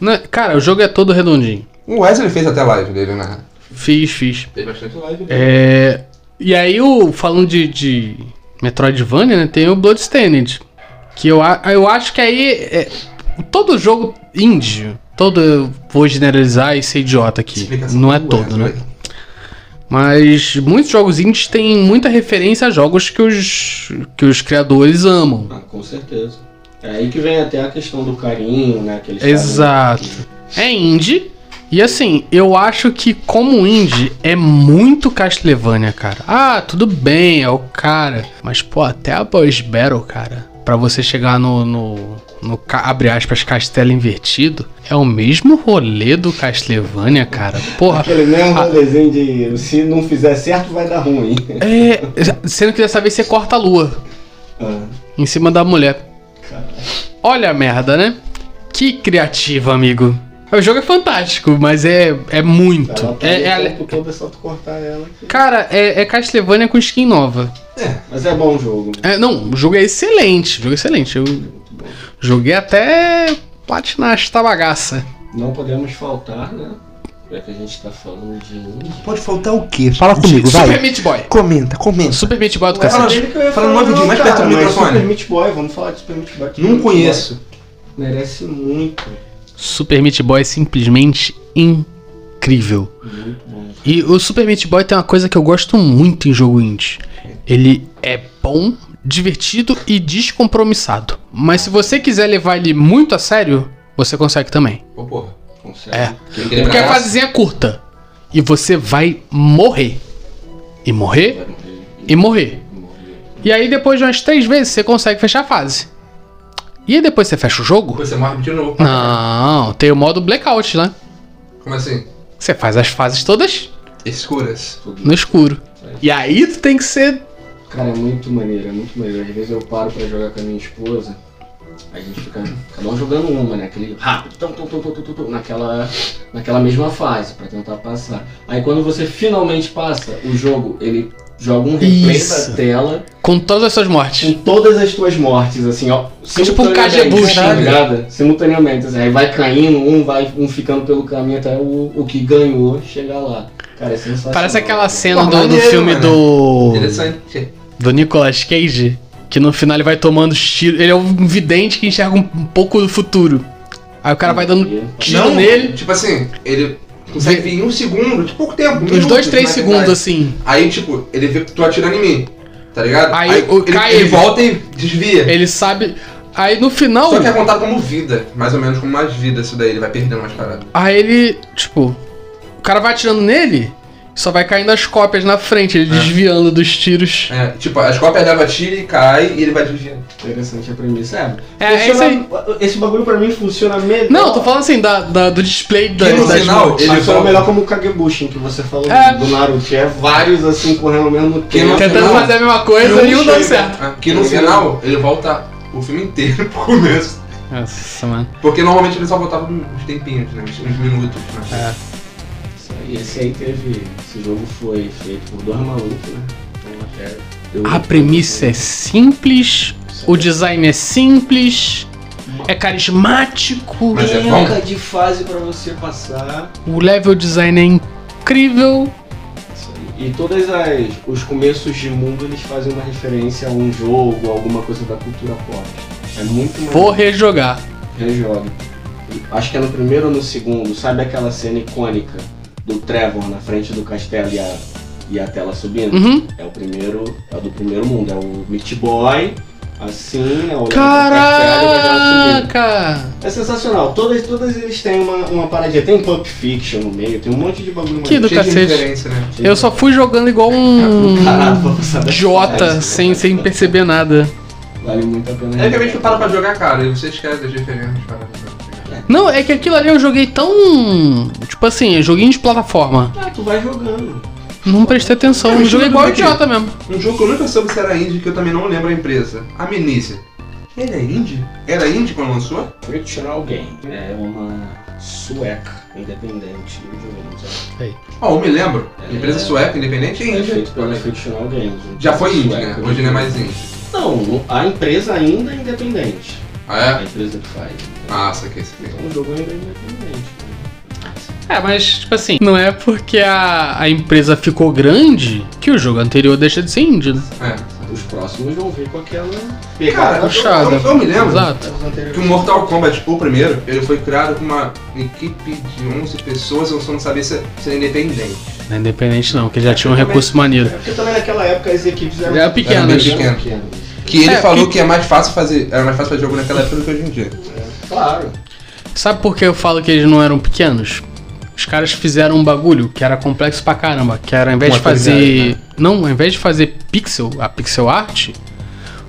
S2: Né, Cara, o jogo é todo redondinho.
S1: O Wesley fez até live dele, né?
S2: Fiz, fiz.
S1: Fez bastante live.
S2: É, e aí, o, falando de, de Metroidvania, né, tem o Bloodstained. Que eu, a- eu acho que aí. é, todo jogo indie. Todo. Eu vou generalizar e ser idiota aqui. Não é todo, né? Mas muitos jogos indies têm muita referência a jogos que os, que os criadores amam.
S3: Ah, com certeza. É aí que vem até a questão do carinho, né? Que eles fazem.
S2: Exato. É indie. E assim, eu acho que como indie é muito Castlevania, cara. Ah, tudo bem, é o cara. Mas, pô, até a boss battle, cara. Pra você chegar no, no, no ca- abre aspas, castelo invertido, é o mesmo rolê do Castlevania, cara. Porra,
S3: Aquele mesmo
S2: Ah.
S3: rolezinho de se não fizer certo vai dar ruim.
S2: é. Sendo que dessa vez você corta a lua.
S3: Ah,
S2: Em cima da mulher.
S3: cara.
S2: Olha a merda, né? Que criativo, amigo. O jogo é fantástico, mas é, é muito.
S3: Ela tá
S2: é,
S3: ali
S2: é
S3: o
S2: ale-
S3: tempo todo, é só tu cortar ela. que-
S2: Cara, é, é Castlevania com skin nova.
S3: Mas é bom o jogo.
S2: É, não, o jogo é excelente. O jogo é excelente. Eu joguei até platinar esta bagaça.
S3: Não podemos faltar, né? Já que a gente tá falando de indie.
S1: Pode faltar o quê? Fala comigo,
S2: Super Meat Boy.
S1: Comenta, comenta.
S2: Super Meat Boy do
S1: Ué,
S2: cacete.
S1: dele que eu ia falar, não, cara, mas
S3: é Super
S1: Super
S3: Meat Boy, vamos falar de Super Meat Boy.
S1: Não conheço.
S3: Merece muito.
S2: Super Meat Boy é simplesmente incrível.
S3: Muito bom.
S2: E o Super Meat Boy tem uma coisa que eu gosto muito em jogo indie. Ele é bom divertido e descompromissado. Mas se você quiser levar ele muito a sério, você consegue também.
S1: Pô, porra.
S3: Consegue.
S2: É.
S1: Quem quer
S2: Porque a
S1: lembrar dessa?
S2: fasezinha é curta. E você vai morrer. E morrer,
S3: Vai morrer.
S2: e morrer.
S3: morrer.
S2: E aí depois de umas três vezes você consegue fechar a fase. E aí depois você fecha o jogo?
S1: Você morre de novo.
S2: Não, tem o modo blackout, né?
S1: Como assim?
S2: Você faz as fases todas
S1: Escuras.
S3: Tudo.
S2: no escuro. E aí tu tem que ser.
S3: Cara, é muito maneiro, é muito maneiro. Às vezes eu paro pra jogar com a minha esposa, a gente fica cada um jogando uma, né? Aquele rápido, tum, tum, tum, tum, tum, tum, tum, naquela, naquela mesma fase, pra tentar passar. Aí quando você finalmente passa, o jogo, ele joga um replay
S2: Isso.
S3: da tela
S2: com todas as suas
S3: com
S2: mortes.
S3: todas as tuas mortes, assim, ó.
S2: Tipo um
S3: simultaneamente,
S2: Kagebush,
S3: tá
S1: né?
S3: ligado? Simultaneamente, assim, aí vai caindo, um vai um ficando pelo caminho até o, o que ganhou chegar lá. Cara, é sensacional.
S2: Parece aquela cena
S1: Pô,
S2: do, do
S1: maneiro,
S2: filme
S1: mano.
S2: do.
S1: Interessante.
S2: do Nicolas Cage, que no final ele vai tomando tiro. Ele é um vidente que enxerga um, um pouco do futuro. Aí o cara vai dando tiro
S1: Não,
S2: nele,
S1: Tipo assim, ele consegue vir em um segundo, de pouco tempo.
S2: uns dois,
S1: minutos,
S2: três
S1: na
S2: segundos
S1: verdade.
S2: assim.
S1: Aí, tipo, ele vê que tu atirando em mim. Tá ligado?
S2: Aí o
S1: ele,
S2: cai-
S1: ele volta e desvia.
S2: Ele sabe. Aí no final,
S1: Só que é contado como vida, mais ou menos como mais vida isso daí, ele vai perdendo umas paradas.
S2: aí ele, tipo, o cara vai atirando nele, só vai caindo as cópias na frente, ele
S1: É.
S2: desviando dos tiros.
S1: É, tipo, as cópias dela tira e cai e ele vai desviando.
S3: Interessante a premissa. É,
S2: É, é isso aí.
S3: Esse bagulho pra mim funciona melhor.
S2: Não, tô falando assim, da, da- do display da,
S1: Que no
S2: das
S1: final,
S2: mortes.
S1: ele
S3: Ele funciona
S1: volta.
S3: melhor como o Kagebushin que você falou
S2: É.
S3: do Naruto. que É vários assim correndo ao mesmo
S1: Que no
S3: tempo.
S2: Tentando
S1: final,
S2: fazer a mesma coisa e um dando
S1: chega.
S2: certo.
S1: É, que no final, ele volta o filme inteiro pro começo.
S2: Nossa, mano.
S1: Porque normalmente ele só voltava uns tempinhos, né? Uns uns minutos. Né?
S3: Isso aí, Esse aí teve. Esse jogo foi feito por dois malucos, né? Então, até eu-
S2: A premissa é simples, o design é simples, é carismático,
S1: Mas é bom?
S3: Brinca de fase pra você passar.
S2: o level design é incrível.
S3: Isso aí. E todos os começos de mundo eles fazem uma referência a um jogo, a alguma coisa da cultura pop. É muito
S2: Vou
S3: maneiro.
S2: rejogar.
S3: rejoga. Acho que é no primeiro ou no segundo, sabe aquela cena icônica do Trevor na frente do castelo e a, e a tela subindo?
S1: Hum.
S2: Uhum.
S3: É o primeiro, é o do primeiro mundo, é o Meat Boy, assim, né? olhando pro castelo e a tela subindo.
S2: Caraca!
S3: É sensacional, todas, todas eles têm uma, uma paradinha, tem Pulp Fiction no meio, tem um monte de bagulho
S2: Que do
S1: Cheio de
S2: cacete.
S1: referência, né?
S2: Eu só fui jogando igual um
S1: Ah,
S3: Caralho, pra passar dessa
S2: idiota,
S3: fase.
S2: sem, sem perceber nada.
S3: Vale muito a pena.
S1: É que a gente para pra jogar, cara, e você esquece das referências, cara.
S2: Não, é que aquilo ali eu joguei tão. Tipo assim, joguinho de plataforma.
S3: Ah, tu vai jogando.
S2: Não prestei atenção,
S1: Eu
S2: eu joguei igual
S1: joguei.
S2: idiota mesmo.
S1: Um jogo que eu nunca soube se era indie, que eu também não lembro a empresa. Amnesia. Ele é indie? Era indie quando lançou?
S3: Frictional Game é uma sueca independente de videogames. é
S1: Ó, Oh, eu me lembro. Empresa
S3: É.
S1: sueca, independente, é
S3: É
S1: indie.
S3: feito pela Fictional Games.
S1: Já foi indie, né?
S3: Sueca.
S1: Hoje não é mais indie.
S3: Não, não- a empresa ainda é independente.
S1: Ah,
S3: A
S1: é?
S3: empresa que faz. né?
S1: Ah, saquei, saquei.
S3: Então o jogo ainda é independente. né?
S2: É, mas, tipo assim, não é porque a, a empresa ficou grande que o jogo anterior deixa de ser indie, né?
S1: É.
S3: Os próximos vão vir com aquela
S1: Cara,
S3: pegada.
S2: puxada.
S1: eu, eu, eu me lembro
S2: Exato.
S3: dos
S1: que o
S3: anteriores.
S1: Mortal Kombat, o primeiro, ele foi criado com uma equipe de 11 pessoas, eu só não sabia se, se era independente.
S2: Não é independente não, porque já tinha um recurso maneiro.
S3: É porque também naquela época as equipes eram
S2: Era pequenas.
S1: Era Que ele
S2: É,
S1: falou
S2: que-
S1: que é mais fácil fazer, era mais fácil fazer jogo naquela época do que hoje em dia.
S3: Claro.
S2: Sabe por que eu falo que eles não eram pequenos? Os caras fizeram um bagulho que era complexo pra caramba, que era ao invés
S1: Uma
S2: de fazer.
S1: atualidade, né?
S2: Não, ao invés de fazer pixel, a pixel art,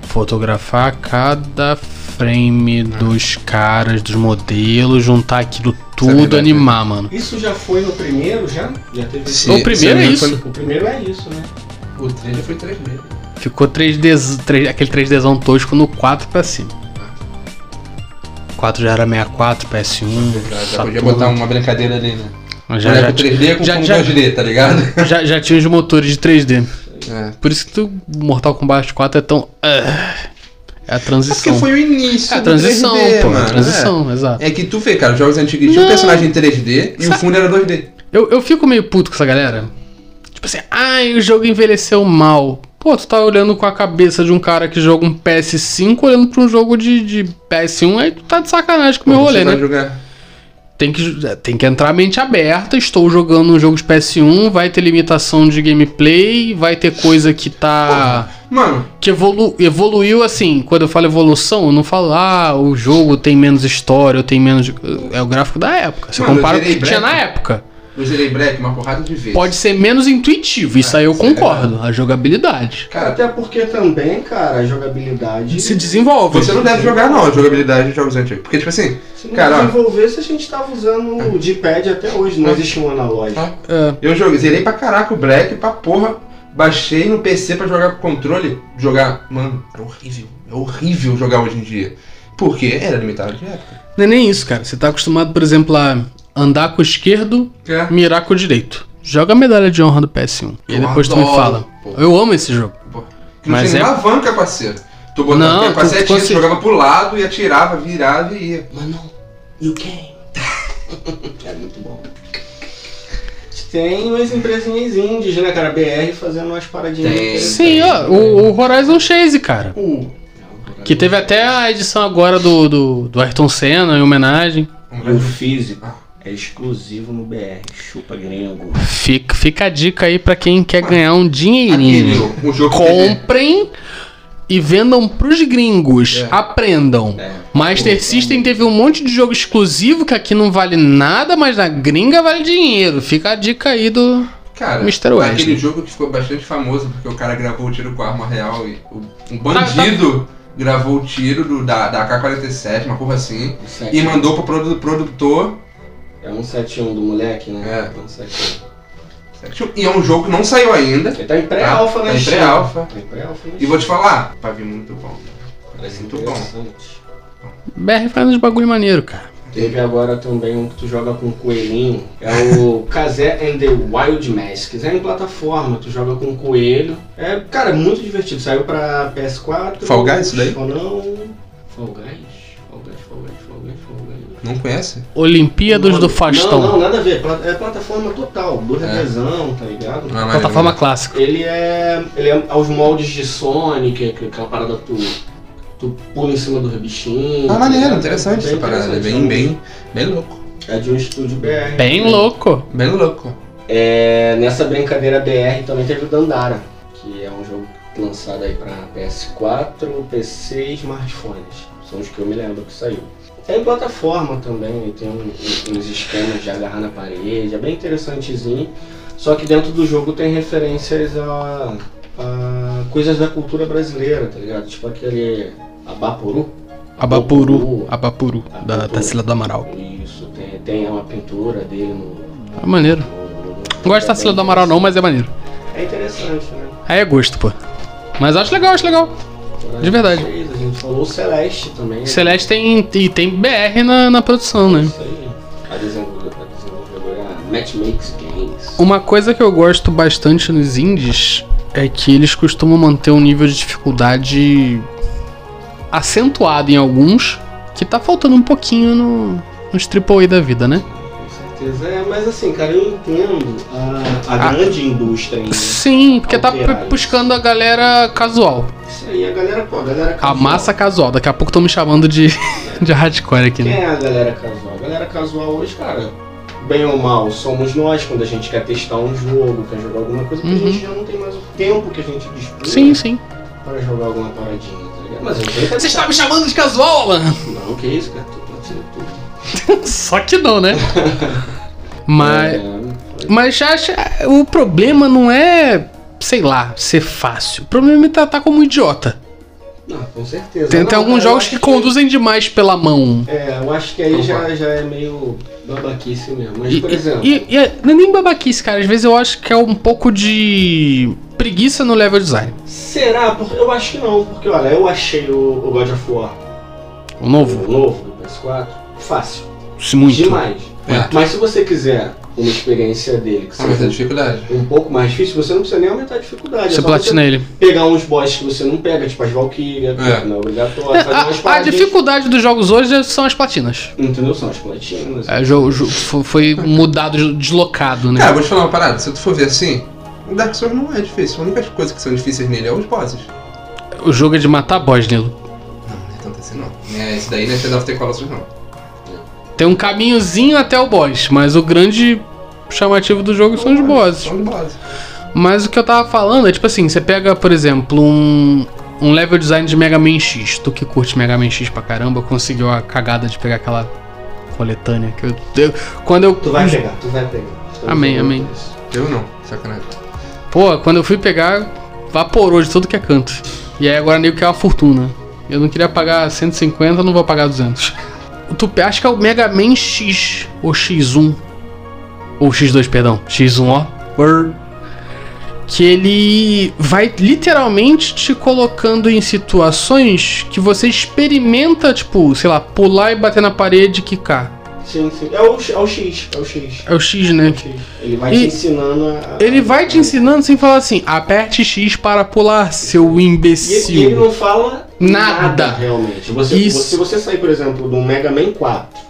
S2: fotografar cada frame dos caras, dos modelos, juntar aquilo tudo,
S1: é verdade, né?
S2: animar, mano.
S3: Isso já foi no primeiro, já? Já teve esse-
S1: Sim.
S2: O primeiro é
S1: sim,
S2: isso.
S1: foi-
S3: O primeiro é isso, né?
S1: O 3 já foi 3 meses.
S2: Ficou 3D, 3, aquele 3Dzão tosco no 4 pra cima. 4 já era 64, PS1.
S1: Já podia
S2: Saturno.
S1: botar uma brincadeira ali, né?
S2: um, Já,
S1: Boneco
S2: já,
S1: 3D com
S2: já-
S1: fundo
S2: já-
S1: 2D, tá ligado?
S2: já, já tinha os motores de 3D.
S1: É.
S2: Por isso que tu, Mortal Kombat 4 é tão. Ah, É a
S1: Porque
S2: transição.
S1: foi o início
S2: É a
S1: do
S2: transição,
S1: 3D,
S2: pô.
S1: mano.
S2: a transição, exato.
S1: É. É que tu vê, cara, os jogos antigos tinha um
S2: Não.
S1: personagem 3D e o fundo era 2D.
S2: Eu, eu fico meio puto com essa galera. Tipo assim, ai, o jogo envelheceu mal. Pô, tu tá olhando com a cabeça de um cara que joga um PS5 olhando pra um jogo de, de PS1, aí tu um, tá de sacanagem com o meu
S1: Você
S2: rolê,
S1: vai
S2: né?
S1: jogar
S2: tem que, tem que entrar mente aberta. Estou jogando um jogo de PS1, vai ter limitação de gameplay, vai ter coisa que tá.
S1: Mano,
S2: que evolu- evoluiu assim. Quando eu falo evolução, eu não falo, ah, o jogo tem menos história, ou tem menos. É o gráfico da época. Você
S1: Mano, eu
S2: compara o
S1: virei
S2: que tinha
S1: branco.
S2: na época.
S1: eu zerei Black uma porrada de vezes.
S2: Pode ser menos intuitivo, isso aí eu
S1: isso é
S2: concordo. A jogabilidade.
S3: Cara, até porque também, cara, a jogabilidade.
S2: Se desenvolve.
S1: Você não deve jogar, não, a jogabilidade de jogos antigos. Porque, tipo assim,
S3: Se não
S1: Cara, ó.
S3: desenvolvesse, a gente tava usando o D-pad até hoje, não existe um analógico.
S2: É,
S1: eu joguei, zerei pra caraca o Black, pra porra. Baixei no PC pra jogar com controle. Jogar. Mano, era horrível. É horrível jogar hoje em dia. Porque era limitado de época.
S2: não é nem isso, cara. Você tá acostumado, por exemplo, a andar com o esquerdo, mirar com o direito. Joga a medalha de honra do PS1. E
S1: É. Eu
S2: aí depois tu me
S1: adoro,
S2: fala.
S1: pô.
S2: Eu amo esse jogo.
S1: Que não
S2: Mas
S1: tinha
S2: é-
S1: nem alavanca, parceiro. Tu botava
S2: Não,
S1: não, com a
S2: tu- assim.
S1: setinha, tu
S2: você-
S1: jogava pro lado e atirava, virava e ia.
S3: Mas não, you can. é muito bom. Tem umas empresinhas indies, né, cara? BR fazendo umas paradinhas.
S1: Tem.
S2: Sim, ó, o, o Horizon Chase, cara.
S1: O.
S2: Que teve até a edição agora do, do, do Ayrton Senna em homenagem.
S1: Um
S3: E o Um físico
S1: Ah.
S3: é exclusivo no BR. Chupa gringo.
S2: Fica, fica a dica aí pra quem quer ganhar um
S1: Aquele,
S2: dinheirinho.
S1: o jogo que teve-
S2: Comprem e vendam pros gringos.
S1: É.
S2: Aprendam.
S3: É.
S2: Master System teve um monte de jogo exclusivo que aqui não vale nada, mas na gringa vale dinheiro. Fica a dica aí do.
S1: Cara,
S2: Mr. West,
S1: aquele
S2: né?
S1: jogo que ficou bastante famoso porque o cara gravou o tiro com arma real e o- um
S2: tá-
S1: bandido gravou o tiro do- da, da AK-47, uma porra assim,
S3: Um sete-
S1: e mandou pro produ- produtor.
S3: É um 71 do moleque, né?
S1: É.
S3: É. Um 71.
S1: E é um jogo que não saiu ainda.
S3: Ele tá em pré-alfa,
S1: Tá
S3: né?
S1: em
S3: Chico?
S1: pré-alfa.
S3: Tá em pré-alfa, né?
S1: E vou te falar, vai vir muito bom.
S3: Parece
S1: muito
S3: interessante.
S2: BR faz uns bagulho maneiro, cara.
S3: Teve agora também um que tu joga com um coelhinho. É o Kazé and the Wild Masks. É em plataforma, tu joga com um coelho. É, cara, muito divertido. Saiu pra PS4.
S1: Fall Guys, isso daí?
S3: Ou não. Fall Guys? Fall Guys, Fall Guys, Fall Guys, Fall Guys.
S1: Não conhece?
S2: Olimpíadas do Faustão.
S3: Não, não, nada a ver. Pla- É plataforma total. Do revezão, tá ligado?
S1: É. Ah, mas-
S2: Plataforma clássica.
S3: Ele é. Ele é aos moldes de Sonic, aqu- aquela parada que tu. Tu pula em cima do bichinho.
S1: Ah, maneiro,
S3: ligado?
S1: interessante essa parada. É bem,
S3: interessante.
S1: bem, bem louco.
S3: É de um estúdio
S2: Bem
S3: BR. também.
S2: louco.
S1: Bem louco.
S3: É, nessa brincadeira BR também teve o Dandara, que é um jogo lançado aí pra PS4, PC e smartphones. São os que eu me lembro que saiu. Tem plataforma também, tem um- um- uns esquemas de agarrar na parede, é bem interessantezinho. Só que dentro do jogo tem referências a, a coisas da cultura brasileira, tá ligado? Tipo aquele Abapuru.
S2: Abapuru. Abapuru, da, da
S3: Abapuru.
S2: Sila do Amaral.
S3: Isso, tem, tem uma pintura dele no.
S2: É maneiro.
S3: no- no-
S2: Não gosto da Sila do Amaral, não, mas é maneiro.
S3: É interessante, né?
S2: Aí é gosto, pô. Mas acho legal, acho legal. De verdade.
S3: A gente falou o Celeste também. né?
S2: Celeste tem, e tem BR na, na produção, né?
S3: Isso aí. A desenvolvedora, a desenvolvedora Matchmakes Games.
S2: Uma coisa que eu gosto bastante nos indies é que eles costumam manter um nível de dificuldade acentuado em alguns, que tá faltando um pouquinho no, nos AAA da vida, né?
S3: Com certeza. É, mas assim, cara, eu entendo a, a
S2: Ah.
S3: grande indústria ainda. Isso
S2: Sim, porque tá p- buscando a galera casual,
S3: aí, a galera, pô, a galera
S2: a
S3: casual.
S2: massa casual. Daqui a pouco estão me chamando de, de hardcore aqui,
S3: Quem
S2: né?
S3: é a galera casual? A galera casual hoje, cara, bem ou mal, somos nós quando a gente quer testar um jogo, quer jogar alguma coisa, porque
S2: Uhum.
S3: a gente já não tem mais o tempo que a gente disputa
S2: Sim, sim.
S3: para jogar alguma paradinha, tá ligado? Mas a gente quer
S2: Você está me chamando de casual, Alan?
S3: Não, que isso, cara, tu pode ser tudo.
S2: Só que não, né? Mas,
S3: É,
S2: mas já, já- o problema não é, sei lá, ser fácil. O problema é me tratar como um idiota.
S3: Não, com certeza.
S2: Tem,
S3: Não,
S2: tem
S3: cara,
S2: alguns
S3: eu
S2: jogos
S3: acho
S2: que conduzem demais pela mão.
S3: É, eu acho que aí já, já é meio babaquice mesmo. Mas,
S2: E,
S3: por exemplo,
S2: e- e é- não é nem babaquice, cara. Às vezes eu acho que é um pouco de preguiça no level design.
S3: será? Por- Eu acho que não, porque olha, eu achei o, o God of War,
S2: O
S3: o
S2: novo,
S3: novo do PS4, fácil.
S2: isso muito.
S3: Demais.
S1: É.
S3: Mas se você quiser uma experiência dele
S2: É
S3: que
S1: Aumenta a
S3: seja
S1: dificuldade.
S3: um pouco mais difícil, você não precisa nem aumentar a dificuldade.
S2: Você
S3: é só você
S2: platina ele.
S3: pegar uns boss que você não pega, tipo as Valkyria,
S1: É.
S3: que não é obrigatório,
S2: É,
S3: fazer umas
S2: a, a
S3: paradinhas.
S2: dificuldade dos jogos hoje é, são as platinas.
S3: Entendeu? São as platinas.
S2: É, o jogo- jo- fo- foi mudado, deslocado, né?
S1: Cara, Ah, vou te falar uma parada. Se tu for ver assim, o Dark Souls não é difícil. A única coisa que são difíceis nele é os bosses.
S2: O jogo é de matar boss, Nilo.
S1: Não, não é tanto assim não. É, esse daí não é Shadow of the Colossus não.
S2: Tem um caminhozinho até o boss, mas o grande chamativo do jogo são os bosses.
S1: São os bosses.
S2: Mas o que eu tava falando é tipo assim, você pega, por exemplo, um, um level design de Mega Man X. Tu que curte Mega Man X pra caramba, conseguiu a cagada de pegar aquela coletânea que eu. eu- quando eu.
S3: Tu vai pegar, tu vai pegar. Estamos
S2: Amém,
S3: juntos.
S2: amém.
S1: Eu não, sacanagem.
S2: Pô, quando eu fui pegar, vaporou de tudo que é canto. E aí agora nego que é uma fortuna. Eu não queria pagar 150, não vou pagar 200. Tu pe- acho que é o Mega Man X, ou X1. Ou X2, perdão. X1, ó. Brr. Que ele vai literalmente te colocando em situações que você experimenta, tipo, sei lá, pular e bater na parede e quicar.
S3: Sim, sim. É o, X- é o X, é o X.
S2: É o X, né?
S3: Ele vai
S2: E-
S3: te ensinando a.
S2: Ele vai te ensinando sem falar assim, aperte X para pular, seu
S3: E ele- e ele
S2: imbecil.
S3: não fala
S2: Nada.
S3: nada, realmente. Você,
S2: Isso.
S3: você- Se você sair, por exemplo, do Mega Man 4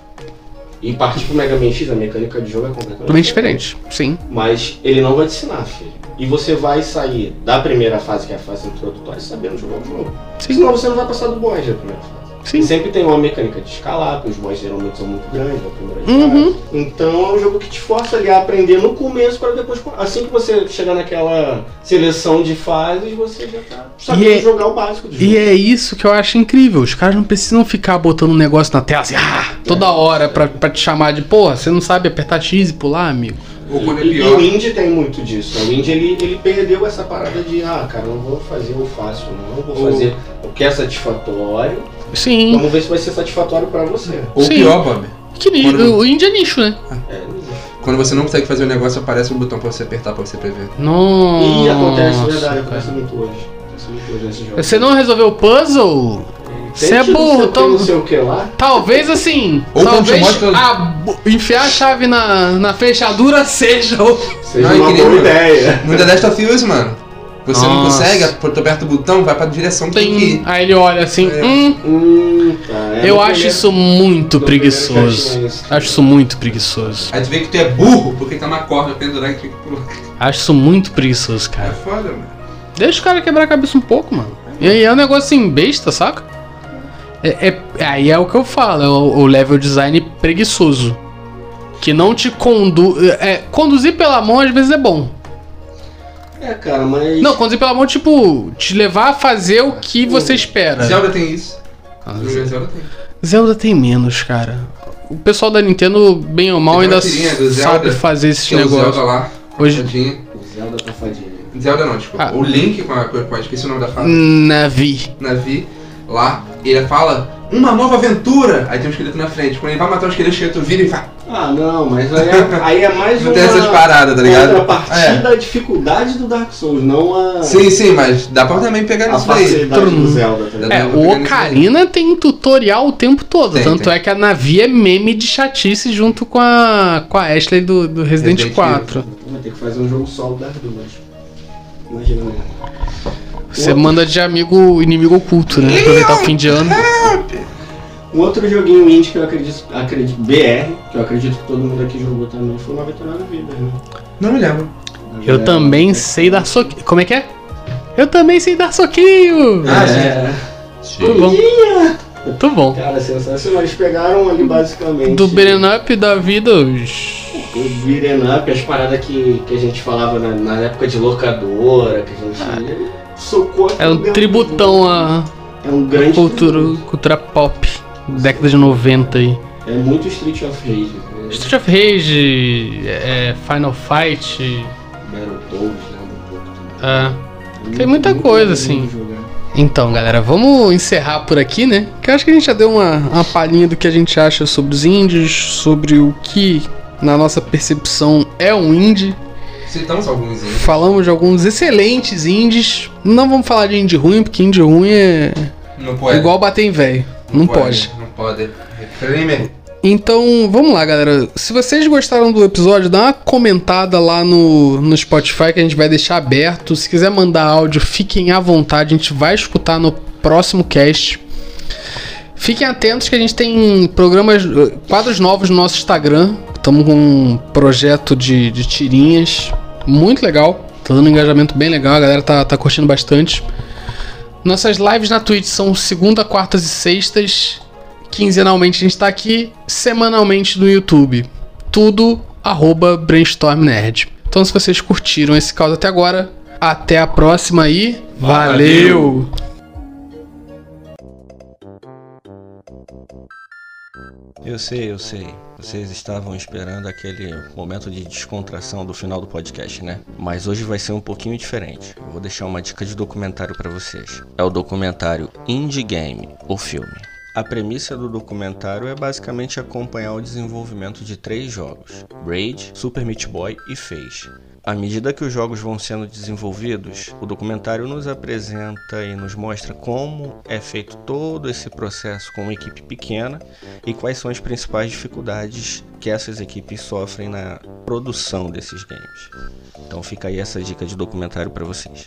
S3: e partir pro Mega Man X, a mecânica de jogo é completamente
S2: Totalmente diferente, sim.
S3: Mas ele não vai te ensinar, filho. E você vai sair da primeira fase, que é a fase introdutória, sabendo jogar o jogo.
S2: Sim,
S3: Senão você não vai passar do boss da primeira fase. E
S2: sim.
S3: sempre tem uma mecânica de escalar, que os boss geralmente são muito grandes na primeira
S2: Uhum.
S3: fase. Então é um jogo que te força ali a aprender no começo para depois. Assim que você chegar naquela seleção de fases, você já tá sabendo
S2: E é-
S3: jogar o básico do jogo.
S2: E é isso que eu acho incrível. Os caras não precisam ficar botando um negócio na tela assim, ah, toda hora pra, pra te chamar de porra, você não sabe apertar X e pular, amigo.
S1: Ou quando é
S3: E, e o
S1: pior,
S3: indie tem muito disso. né? O indie ele, ele perdeu essa parada de ah, cara, não vou fazer o fácil, não, eu vou
S2: Uhum.
S1: O-
S3: fazer o que é satisfatório.
S2: Sim.
S3: Vamos ver se vai ser satisfatório pra você.
S1: ou
S2: Sim.
S1: pior, Bob.
S2: Que ni-
S1: Quando-
S2: o índio é nicho, né?
S3: É,
S1: Quando você não consegue fazer o negócio, aparece um botão pra você apertar pra você prever.
S2: Nossa.
S3: e acontece de verdade,
S2: cara.
S3: acontece muito hoje. Acontece muito hoje nesse jogo.
S2: Você não resolveu o puzzle? Você é
S3: Tente não sei
S2: burro,
S3: o que,
S2: então-
S3: Não sei o que lá.
S2: Talvez assim,
S1: Ou quando
S2: talvez
S1: te mostra-
S2: a- enfiar a chave na, na fechadura seja o
S3: Seja
S1: Não, é
S3: uma
S1: que nem
S3: boa
S1: eu.
S3: ideia.
S1: No The Last of Us, mano, você não
S2: Nossa.
S1: consegue, aperta aperta o botão, vai pra direção que tem que
S2: Tem.
S1: ir.
S2: Aí ele olha assim,
S1: É.
S2: hum,
S3: Hum, tá, é
S2: eu
S3: no
S2: acho
S3: primeiro-
S2: isso muito
S3: no primeiro que eu
S2: preguiçoso.
S3: tinha isso.
S2: Acho isso muito preguiçoso.
S1: Aí tu vê que tu é burro porque tá uma corda pendurada um que tem que pular.
S2: Acho isso muito preguiçoso,
S1: É
S2: cara.
S1: foda, mano.
S2: Deixa o cara quebrar a cabeça um pouco, mano. E aí é um negócio assim, besta, saca? É, é- aí é o que eu falo, é o, o level design preguiçoso. Que não te conduz. É, conduzir pela mão às vezes é bom.
S3: É, cara, mas.
S2: Não, conduzir pela mão, tipo, te levar a fazer o que você espera.
S1: É. Zelda tem isso.
S2: Ah,
S1: Zelda tem.
S2: Zelda tem menos, cara. O pessoal da Nintendo, bem ou mal,
S1: Tem uma
S2: ainda
S1: tirinha do
S2: sabe
S1: Zelda,
S2: fazer esses
S1: Tem o
S2: negócios.
S1: Zelda lá,
S2: Hoje,
S1: tadinho.
S3: O Zelda tá fadinho.
S1: Zelda não, tipo,
S2: Ah.
S1: o Link com a com a- esqueci o nome da fala.
S2: Navi.
S1: Navi, lá, ele fala, uma nova aventura! Aí tem um esqueleto na frente. Quando ele vai matar o esqueleto, o esqueleto vira e vai.
S3: Ah, não, mas aí é, aí é mais
S1: Não
S3: uma.
S1: tem essas paradas, tá ligado?
S3: contrapartida
S2: É.
S3: da dificuldade do Dark Souls, não a,
S1: É. Sim, sim, mas dá pra também pegar
S3: a
S1: nisso daí.
S3: facilidade
S2: Trum.
S3: do Zelda. Tá ligado?
S2: É,
S1: Eu
S2: o
S1: vou pegar
S2: Ocarina tem tutorial o tempo todo.
S1: Tem,
S2: tanto
S1: tem.
S2: é que a Navi é meme de chatice junto com a, com a Ashley do, do Resident,
S1: Resident
S2: 4.
S3: Vai ter que fazer um jogo solo das duas. Imagina, né?
S2: Você
S3: Outro-
S2: manda de amigo inimigo oculto, né? Aproveitar o fim de ano.
S3: Um outro joguinho indie que eu acredito, acredito, BR, que eu acredito que todo mundo aqui jogou também, foi uma veterana vida, né?
S1: Não me lembro. É,
S2: Eu também
S3: sei.
S2: sei dar soquinho. Como é que é? Eu também sei dar soquinho!
S1: Ah,
S3: é.
S2: Muito bom. Muito bom.
S3: Cara, sensacional. Eles pegaram ali basicamente.
S2: Do Beren Up da vida, os.
S3: O beat'em up, as paradas que, que a gente falava na, na época de locadora, que a gente. ele Socou
S2: Ah, É
S3: aquilo
S2: um
S3: dentro
S2: tributão à
S3: do- É um grande.
S2: cultura,
S3: tributo.
S2: cultura pop, década de 90 aí.
S3: É muito Street of Rage. Né?
S2: Street of Rage, é, Final Fight,
S3: Battletoads, né? Um pouco também.
S2: é.
S3: É
S2: tem
S3: muito-
S2: muita
S3: muito
S2: coisa,
S3: maneiro
S2: assim.
S3: de jogar.
S2: Então, galera, vamos encerrar por aqui, né? Que eu acho que a gente já deu uma, uma palhinha do que a gente acha sobre os indies, sobre o que, na nossa percepção, é um indie.
S1: Citamos alguns aí.
S2: Falamos de alguns excelentes indies. Não vamos falar de indie ruim, porque indie ruim é
S1: Não pode.
S2: igual bater em velho. Não pode.
S1: Não pode. Reframe.
S2: Então, vamos lá, galera. Se vocês gostaram do episódio, dá uma comentada lá no, no Spotify que a gente vai deixar aberto. Se quiser mandar áudio, fiquem à vontade, a gente vai escutar no próximo cast. Fiquem atentos que a gente tem programas, eh, quadros novos no nosso Instagram. Estamos com um projeto de, de tirinhas muito legal. Tá dando um engajamento bem legal, a galera tá, tá curtindo bastante. Nossas lives na Twitch são segunda, quartas e sextas Quinzenalmente a gente tá aqui, semanalmente no YouTube. Tudo arroba Brainstorm Nerd. Então se vocês curtiram esse caso até agora, até a próxima e valeu.
S4: Eu sei, eu sei. Vocês estavam esperando aquele momento de descontração do final do podcast, né? Mas hoje vai ser um pouquinho diferente. Eu vou deixar uma dica de documentário pra vocês. É o documentário Indie Game, o filme. A premissa do documentário é basicamente acompanhar o desenvolvimento de três jogos: Braid, Super Meat Boy e Phase. À medida que os jogos vão sendo desenvolvidos, o documentário nos apresenta e nos mostra como é feito todo esse processo com uma equipe pequena e quais são as principais dificuldades que essas equipes sofrem na produção desses games. Então fica aí essa dica de documentário para vocês.